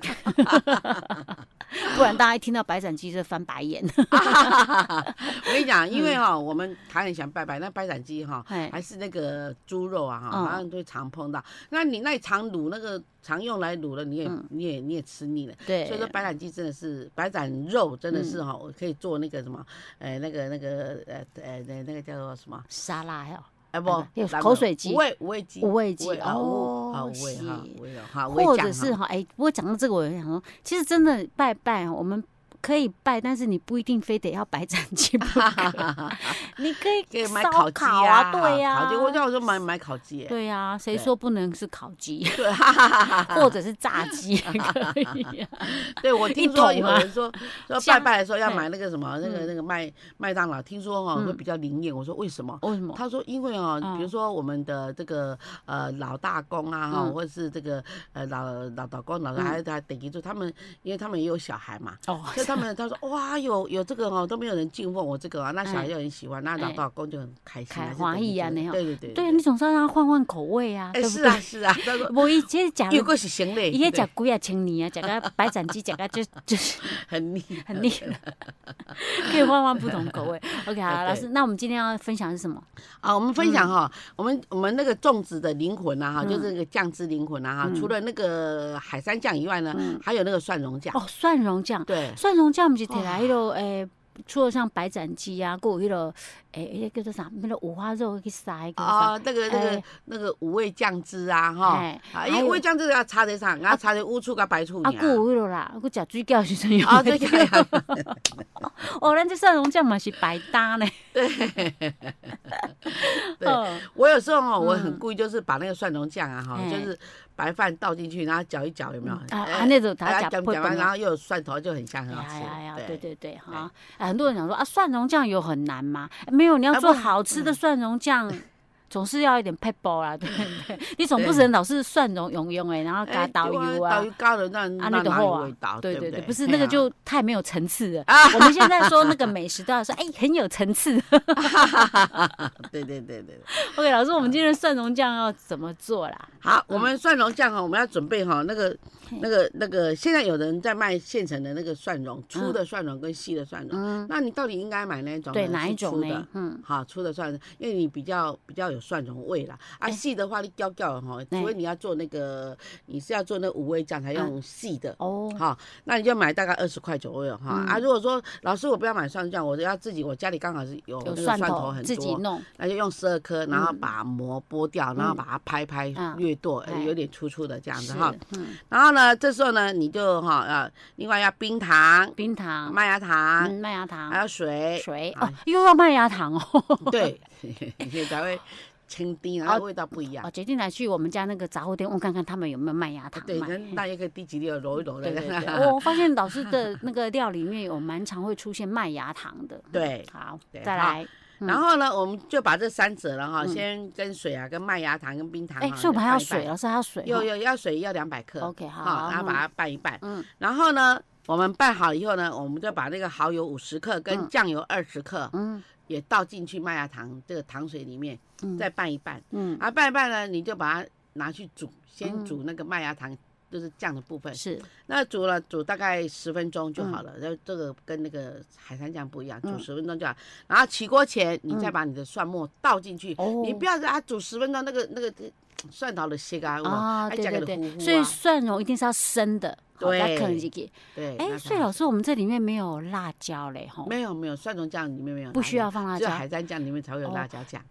Speaker 1: 不然大 家一听到白斩鸡就翻白眼。
Speaker 2: 我跟你讲，因为哈，我们台湾想办摆那白斩鸡哈，
Speaker 1: 嘿
Speaker 2: 还是那个猪肉啊哈，
Speaker 1: 嗯
Speaker 2: 好像都会常碰到。那你那你常卤那个常用来卤的，你也
Speaker 1: 嗯
Speaker 2: 你也你也吃腻了。
Speaker 1: 对，嗯
Speaker 2: 所以说白斩鸡真的是白斩肉真的是哈，我可以做那个什么，呃那个那个呃呃那那个叫做什么？
Speaker 1: 沙拉还有
Speaker 2: 哎不
Speaker 1: 啊不有，
Speaker 2: 咱们
Speaker 1: 口水鸡
Speaker 2: 五味五味鸡，
Speaker 1: 五味鸡
Speaker 2: 啊五
Speaker 1: 哦
Speaker 2: 啊五味
Speaker 1: 是
Speaker 2: 哈，五味哈，五味
Speaker 1: 或
Speaker 2: 酱啊
Speaker 1: 者是
Speaker 2: 哈
Speaker 1: 哈，哎、不过讲到这个，我也想说，其实真的拜拜，啊我们可以拜，但是你不一定非得要白斩鸡不可， 你可以
Speaker 2: 可以买
Speaker 1: 烧
Speaker 2: 烤鸡
Speaker 1: 烤
Speaker 2: 啊，
Speaker 1: 对呀、
Speaker 2: 烤鸡，我叫我说买买烤鸡，哎
Speaker 1: 对呀、谁
Speaker 2: 对
Speaker 1: 说不能是烤鸡
Speaker 2: 对，哈哈哈哈哈
Speaker 1: 或者是炸鸡 也可以、啊？
Speaker 2: 对我
Speaker 1: 一
Speaker 2: 听
Speaker 1: 桶
Speaker 2: 说有
Speaker 1: 啊
Speaker 2: 人说说
Speaker 1: 加
Speaker 2: 拜拜的时候要
Speaker 1: 嘿
Speaker 2: 买那个什么那个那个麦麦当劳，听说哈会
Speaker 1: 嗯
Speaker 2: 比较灵验，我说为什么？
Speaker 1: 为什么？
Speaker 2: 他说：“因为哦，比
Speaker 1: 嗯
Speaker 2: 如说我们的这个呃老大公啊，哈、
Speaker 1: 嗯
Speaker 2: 或者是这个呃老老老公、老还还等于住他们，因为他们也有小 孩嘛，
Speaker 1: 哦，
Speaker 2: 所以他们他说哇，有有这个哦，都没有人敬奉我这个啊，那小孩
Speaker 1: 哎
Speaker 2: 就很喜欢，那老
Speaker 1: 哎
Speaker 2: 大公就很开心，
Speaker 1: 开
Speaker 2: 还是
Speaker 1: 花
Speaker 2: 等于
Speaker 1: 意啊
Speaker 2: 住
Speaker 1: 那样
Speaker 2: 对对对
Speaker 1: 对，你总是要让他换换口味啊，对
Speaker 2: 哎
Speaker 1: 不
Speaker 2: 是啊
Speaker 1: 对？
Speaker 2: 是啊，他说
Speaker 1: 我以前讲
Speaker 2: 有个是行嘞，
Speaker 1: 伊迄
Speaker 2: 对
Speaker 1: 食几啊千年啊，食个白斩鸡，食个就就是
Speaker 2: 很厉害
Speaker 1: 很厉害，可以换换不同口味。OK，好，
Speaker 2: 哎对
Speaker 1: 老师，那我们今天要分享的是什么？
Speaker 2: 啊，我们分享哈、我们我们那个粽子的灵魂啊，哈、
Speaker 1: 嗯
Speaker 2: 就是那个酱汁灵魂啊，哈、除了那个海山酱以外呢，
Speaker 1: 嗯
Speaker 2: 还有那个蒜蓉酱，
Speaker 1: 哦，蒜蓉酱，
Speaker 2: 对。
Speaker 1: 蒜蓉酱毋是摕来迄落诶，除了像白斩鸡啊，还有迄落诶，迄个叫做啥？迄落五花肉去杀迄个啥？
Speaker 2: 啊，那个那
Speaker 1: 哎
Speaker 2: 个那个五味酱汁啊，哈
Speaker 1: 哎，
Speaker 2: 啊，
Speaker 1: 还
Speaker 2: 因为
Speaker 1: 有
Speaker 2: 五味酱汁要插在上，然后插在乌醋跟白醋
Speaker 1: 啊，
Speaker 2: 里
Speaker 1: 还有迄落啦， 还有食水饺的时阵用
Speaker 2: 啊，
Speaker 1: 的
Speaker 2: 对对对
Speaker 1: 哦，咱这蒜蓉酱嘛是白搭呢。
Speaker 2: 对
Speaker 1: 哦
Speaker 2: 我有时候哦，我
Speaker 1: 嗯
Speaker 2: 很故意就是把那个蒜蓉酱啊，哈，
Speaker 1: 哎
Speaker 2: 就是白饭倒进去，然后搅一搅，有没有？
Speaker 1: 啊
Speaker 2: 哎
Speaker 1: 啊，那种
Speaker 2: 哎
Speaker 1: 他
Speaker 2: 搅
Speaker 1: 讲
Speaker 2: 一
Speaker 1: 会
Speaker 2: 搅完，
Speaker 1: 本
Speaker 2: 然后又有蒜头，就很香，很好
Speaker 1: 哎啊呀呀
Speaker 2: 吃。
Speaker 1: 对，对对，哈、哎很多人想说啊，蒜蓉酱有很难吗？没有，你要
Speaker 2: 啊
Speaker 1: 做
Speaker 2: 不
Speaker 1: 好吃的蒜蓉酱，总是要一点 p e p e 啦，对不对？你总不
Speaker 2: 对
Speaker 1: 能老是蒜蓉用用哎，然后加
Speaker 2: 哎
Speaker 1: 导游
Speaker 2: 对
Speaker 1: 啊
Speaker 2: 导。游高了，那
Speaker 1: 啊
Speaker 2: 那
Speaker 1: 那
Speaker 2: 哪
Speaker 1: 个
Speaker 2: 有
Speaker 1: 厚啊
Speaker 2: 味道？
Speaker 1: 对
Speaker 2: 对啊
Speaker 1: 对，不是那
Speaker 2: 哎
Speaker 1: 个
Speaker 2: 呀
Speaker 1: 就太没有层次了。我们现在说那个美食都要说，哎，很有层次。
Speaker 2: 对对对对，对
Speaker 1: OK，老师，我们今天蒜蓉酱要怎么做啦？
Speaker 2: 好，我们蒜蓉酱哈，我们要准备哈那
Speaker 1: 嗯
Speaker 2: 个那个那个，现在有人在卖现成的那个蒜蓉，粗的蒜蓉跟细的蒜蓉，
Speaker 1: 嗯，
Speaker 2: 那你到底应该买哪一种呢？
Speaker 1: 对，哪
Speaker 2: 是
Speaker 1: 一种
Speaker 2: 粗
Speaker 1: 呢
Speaker 2: 的？
Speaker 1: 嗯，
Speaker 2: 好，粗的蒜蓉，因为你比较比较有蒜蓉味啦。啊，
Speaker 1: 哎
Speaker 2: 细的话你掉掉哈，除非你要做那个，你是要做那五味酱才用细的。
Speaker 1: 嗯哦，
Speaker 2: 好，那你就买大概二十块左右哈、啊。
Speaker 1: 嗯
Speaker 2: 如果说老师我不要买蒜酱，我要自己，我家里刚好是有那
Speaker 1: 有
Speaker 2: 个
Speaker 1: 蒜
Speaker 2: 蒜
Speaker 1: 头
Speaker 2: 头很
Speaker 1: 自己
Speaker 2: 多，
Speaker 1: 弄，
Speaker 2: 那就用十二颗，然后把膜剥掉，然后
Speaker 1: 嗯
Speaker 2: 把它拍拍
Speaker 1: 啊
Speaker 2: 略剁，呃
Speaker 1: 哎
Speaker 2: 有点粗粗的这样
Speaker 1: 是
Speaker 2: 子哈。，
Speaker 1: 嗯，
Speaker 2: 然后呢，这时候呢，你就哈呃，另外要冰糖、
Speaker 1: 冰糖、
Speaker 2: 麦芽糖，
Speaker 1: 嗯麦芽
Speaker 2: 还
Speaker 1: 糖、
Speaker 2: 有水，
Speaker 1: 水，
Speaker 2: 啊
Speaker 1: 哦，又要麦芽糖哦。
Speaker 2: 对， 所以才会清低，然后味道不一样
Speaker 1: 哦，。决定来去我们家那个杂货店问看看他们有没有麦哦芽糖
Speaker 2: 对，
Speaker 1: 卖。
Speaker 2: 那那也可以滴几粒揉一揉
Speaker 1: 对
Speaker 2: 的。
Speaker 1: 对哦对，我发现老师的那个料里面有蛮常会出现麦芽糖的。嗯
Speaker 2: 对
Speaker 1: 好，
Speaker 2: 对
Speaker 1: 再来。嗯
Speaker 2: 然后呢，我们就把这三者了哈，
Speaker 1: 嗯
Speaker 2: 先跟水啊、跟麦芽糖、跟冰糖
Speaker 1: 哎，
Speaker 2: 啊，
Speaker 1: 所以我们还要
Speaker 2: 拌一拌
Speaker 1: 水，老师还要水哦。
Speaker 2: 有有要水要两百克
Speaker 1: OK，好
Speaker 2: 哈然后把它拌一拌，
Speaker 1: 嗯
Speaker 2: 然后呢，我们拌好以后呢，我们就把那个蚝油五十克
Speaker 1: 嗯
Speaker 2: 跟酱油二十克
Speaker 1: 嗯
Speaker 2: 也倒进去麦芽糖这个糖水里面，
Speaker 1: 嗯
Speaker 2: 再拌一拌，
Speaker 1: 嗯，
Speaker 2: 啊拌一拌呢，你就把它拿去煮，
Speaker 1: 嗯
Speaker 2: 先煮那个麦芽糖。就是酱的部分，
Speaker 1: 是
Speaker 2: 那煮了煮大概十分钟就好了。然后这个跟那个海山酱不一样，煮
Speaker 1: 嗯
Speaker 2: 十分钟就好。然后起锅前，你再把你的蒜末倒进去，
Speaker 1: 哦
Speaker 2: 你不要让它煮十分钟，那个那个蒜头的些啊，有没有
Speaker 1: 啊，
Speaker 2: 哎
Speaker 1: 对
Speaker 2: 吃起
Speaker 1: 对
Speaker 2: 来就糊
Speaker 1: 对，
Speaker 2: 糊
Speaker 1: 所以
Speaker 2: 啊
Speaker 1: 蒜哦蓉一定是要生的。好
Speaker 2: 对
Speaker 1: 再啃几个。
Speaker 2: 对，
Speaker 1: 哎，
Speaker 2: 那
Speaker 1: 所以
Speaker 2: 才好
Speaker 1: 老师，我们这里面没有辣椒嘞，吼，
Speaker 2: 没有没有蒜蓉酱里面没有，
Speaker 1: 不需要，放辣
Speaker 2: 只有
Speaker 1: 椒，
Speaker 2: 海山酱里面才会有
Speaker 1: 哦
Speaker 2: 辣椒酱。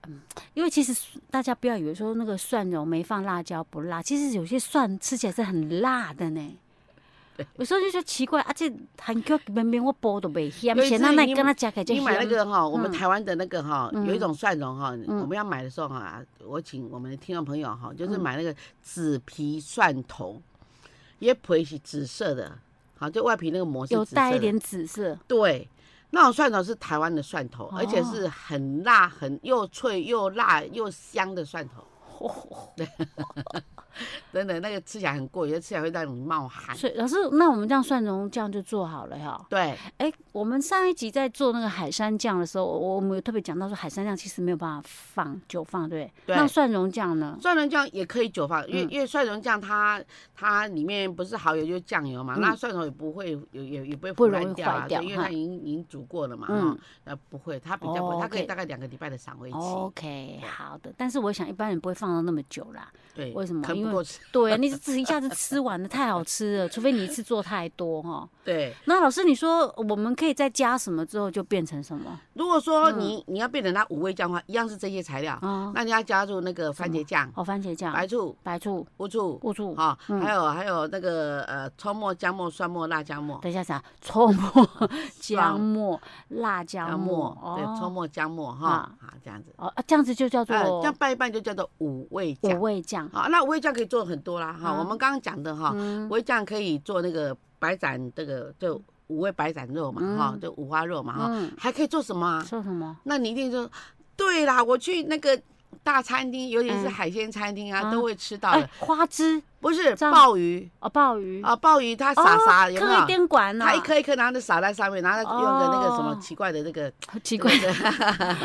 Speaker 1: 因为其实大家不要以为说那个蒜蓉没放辣椒不辣，其实有些蒜吃起来是很辣的呢。有时候就觉得奇怪，啊，这韩国明明我煲都没咸
Speaker 2: 有，一
Speaker 1: 咸
Speaker 2: 次
Speaker 1: 到那
Speaker 2: 你
Speaker 1: 跟他加起来就
Speaker 2: 你买那
Speaker 1: 咸。
Speaker 2: 个哈，我们
Speaker 1: 嗯
Speaker 2: 台湾的那个哈，有一
Speaker 1: 嗯
Speaker 2: 种蒜蓉哈，
Speaker 1: 嗯
Speaker 2: 我们要买的时候哈，我请我们的听众朋友哈，就是
Speaker 1: 嗯
Speaker 2: 买那个紫皮蒜头，也皮是紫色的，好，就外皮那个膜是
Speaker 1: 有
Speaker 2: 紫色的
Speaker 1: 带一点紫色，
Speaker 2: 对。那种蒜头是台湾的蒜头，而且
Speaker 1: 哦
Speaker 2: 是很辣、很又脆又辣又香的蒜头。
Speaker 1: 哇、
Speaker 2: 真的那个吃起来很过瘾，吃起来会让你冒汗。
Speaker 1: 所以老师，那我们这样蒜蓉酱就做好了哈。
Speaker 2: 对，
Speaker 1: 哎、我们上一集在做那个海山酱的时候，我我们有特别讲到说海山酱其实没有办法放久放，对不对？
Speaker 2: 对
Speaker 1: 那蒜蓉酱呢？
Speaker 2: 蒜蓉酱也可以久放，因为、
Speaker 1: 嗯
Speaker 2: 因为蒜蓉酱它它里面不是蚝油就是酱油嘛，
Speaker 1: 嗯
Speaker 2: 那蒜蓉也不会也也也不会
Speaker 1: 不
Speaker 2: 腐
Speaker 1: 容
Speaker 2: 烂
Speaker 1: 易
Speaker 2: 掉啊，
Speaker 1: 坏掉
Speaker 2: 对因为
Speaker 1: 哈
Speaker 2: 它已经已经煮过了嘛，
Speaker 1: 嗯
Speaker 2: 嗯，呃不会，它比较不
Speaker 1: 哦
Speaker 2: 会，它可以
Speaker 1: OK 哦
Speaker 2: 大概两个礼拜的赏味期，
Speaker 1: OK，好的，但是我想一般人不会放到那么久啦。
Speaker 2: 对，
Speaker 1: 为什么
Speaker 2: 可能
Speaker 1: 因
Speaker 2: 不
Speaker 1: 为
Speaker 2: 够吃，
Speaker 1: 对，啊你只一下子吃完了，太好吃了，除非你一次做太多哈。
Speaker 2: 对。
Speaker 1: 那老师，你说我们可以再加什么之后就变成什么？
Speaker 2: 如果说
Speaker 1: 嗯
Speaker 2: 你、你要变成它五味酱的话，一样是这些材料，
Speaker 1: 哦，
Speaker 2: 那你要加入那个番茄酱、
Speaker 1: 哦，番茄酱、
Speaker 2: 白醋、
Speaker 1: 白醋、
Speaker 2: 乌醋，
Speaker 1: 乌醋。
Speaker 2: 好、
Speaker 1: 嗯
Speaker 2: 还有还有那个呃葱末、姜末、蒜末、辣椒末、
Speaker 1: 等一下，啥？葱 末、姜末、辣椒末，
Speaker 2: 对，葱
Speaker 1: 哦，
Speaker 2: 末、姜末哈
Speaker 1: 啊，
Speaker 2: 好这样子，
Speaker 1: 哦，啊这样子就叫
Speaker 2: 呃，
Speaker 1: 做
Speaker 2: 这样拌一拌就叫做五味
Speaker 1: 五
Speaker 2: 酱。
Speaker 1: 味酱。
Speaker 2: 好，那五味酱可以做很多啦哈，
Speaker 1: 啊
Speaker 2: 我们刚刚讲的哈，
Speaker 1: 嗯
Speaker 2: 五味酱可以做那个白斩这个就五味白斩肉嘛哈
Speaker 1: 嗯，
Speaker 2: 就五花肉嘛哈，
Speaker 1: 嗯，
Speaker 2: 还可以做什么啊？
Speaker 1: 说什么？
Speaker 2: 那你一定说，对啦，我去那个大餐厅，尤其是
Speaker 1: 嗯
Speaker 2: 海鲜餐厅啊，
Speaker 1: 啊
Speaker 2: 都会吃到
Speaker 1: 哎
Speaker 2: 的。，
Speaker 1: 花枝
Speaker 2: 不是
Speaker 1: 这样
Speaker 2: 鲍鱼
Speaker 1: 哦，鲍鱼
Speaker 2: 啊，鲍鱼它撒撒有没
Speaker 1: 科一
Speaker 2: 有？
Speaker 1: 边管呢，啊
Speaker 2: 它一颗一颗，然后就撒在上面，然后再用个那个什么
Speaker 1: 哦
Speaker 2: 奇怪的那个
Speaker 1: 好奇 怪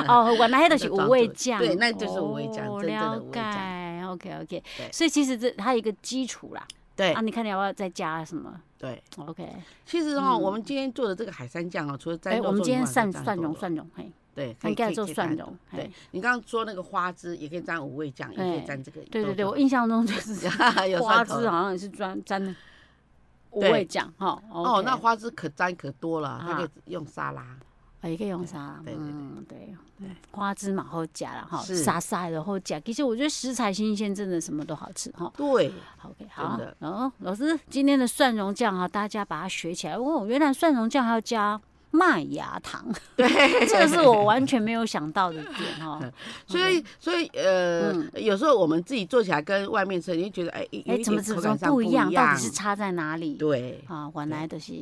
Speaker 1: 哦，原来那就是五味酱，
Speaker 2: 对那就是五味酱
Speaker 1: 哦
Speaker 2: 真正的五
Speaker 1: 了
Speaker 2: 味酱
Speaker 1: 解，OK OK，
Speaker 2: 对
Speaker 1: 所以其实这它有一个基础啦，
Speaker 2: 对
Speaker 1: 啊，你看你要不要再加什么
Speaker 2: 对。
Speaker 1: ？OK，
Speaker 2: 其实哈，
Speaker 1: 嗯
Speaker 2: 我们今天做的这个海参酱哦，除了
Speaker 1: 哎，
Speaker 2: 沾
Speaker 1: 我
Speaker 2: 肉
Speaker 1: 们
Speaker 2: 粽以
Speaker 1: 今天
Speaker 2: 外还
Speaker 1: 蒜
Speaker 2: 沾
Speaker 1: 蒜
Speaker 2: 肉
Speaker 1: 蓉
Speaker 2: 的
Speaker 1: 蒜蓉，嘿，
Speaker 2: 对，可以
Speaker 1: 应
Speaker 2: 可
Speaker 1: 该
Speaker 2: 以
Speaker 1: 做
Speaker 2: 可以
Speaker 1: 蒜
Speaker 2: 沾
Speaker 1: 蓉，嘿
Speaker 2: 对，你刚刚说那个花枝也可以沾五味酱，也可以
Speaker 1: 哎
Speaker 2: 沾这个都可以。
Speaker 1: 对对对，我印象中就是
Speaker 2: 有
Speaker 1: 花
Speaker 2: 蒜
Speaker 1: 枝啊
Speaker 2: 头
Speaker 1: 好像也是沾沾的五
Speaker 2: 对
Speaker 1: 味酱哈。
Speaker 2: 哦，
Speaker 1: OK
Speaker 2: 那花枝可沾可多了，它
Speaker 1: 啊
Speaker 2: 可以用沙拉。
Speaker 1: 啊，也可以用沙拉，
Speaker 2: 对对对
Speaker 1: 嗯，对，花枝嘛好加了哈，
Speaker 2: 是
Speaker 1: 沙沙然后加，其实我觉得食材新鲜，真的什么都好吃哈。
Speaker 2: 对，
Speaker 1: OK，好
Speaker 2: 的，
Speaker 1: 然后老师今天的蒜蓉酱哈，大家把它学起来。哦，原来蒜蓉酱还要加麦芽 糖，对，这个是我完全没有想到的点 哈。哎
Speaker 2: 所以，所以，呃，有时候我们自己做起来跟外面吃，你会觉得，哎，有
Speaker 1: 嗯哎，
Speaker 2: 一
Speaker 1: 怎么
Speaker 2: 点
Speaker 1: 怎
Speaker 2: 口
Speaker 1: 么
Speaker 2: 感上
Speaker 1: 不
Speaker 2: 不
Speaker 1: 一
Speaker 2: 一
Speaker 1: 样？
Speaker 2: 样，
Speaker 1: 到底是差在哪里？
Speaker 2: 对
Speaker 1: 啊，原来就是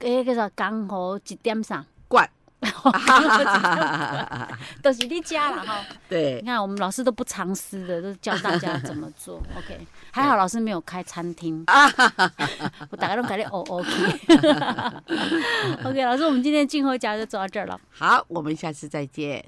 Speaker 1: 哎，叫做刚好一点上，
Speaker 2: 罐，
Speaker 1: 都是你加了哈。
Speaker 2: 对
Speaker 1: 你看，我们老师都不藏私的，都教大家怎么做。OK，还好老师没有开餐厅， 我大概都改了 O OK。OK，老师，我们今天的静候夹就走到这儿了。
Speaker 2: 好，我们下次再见。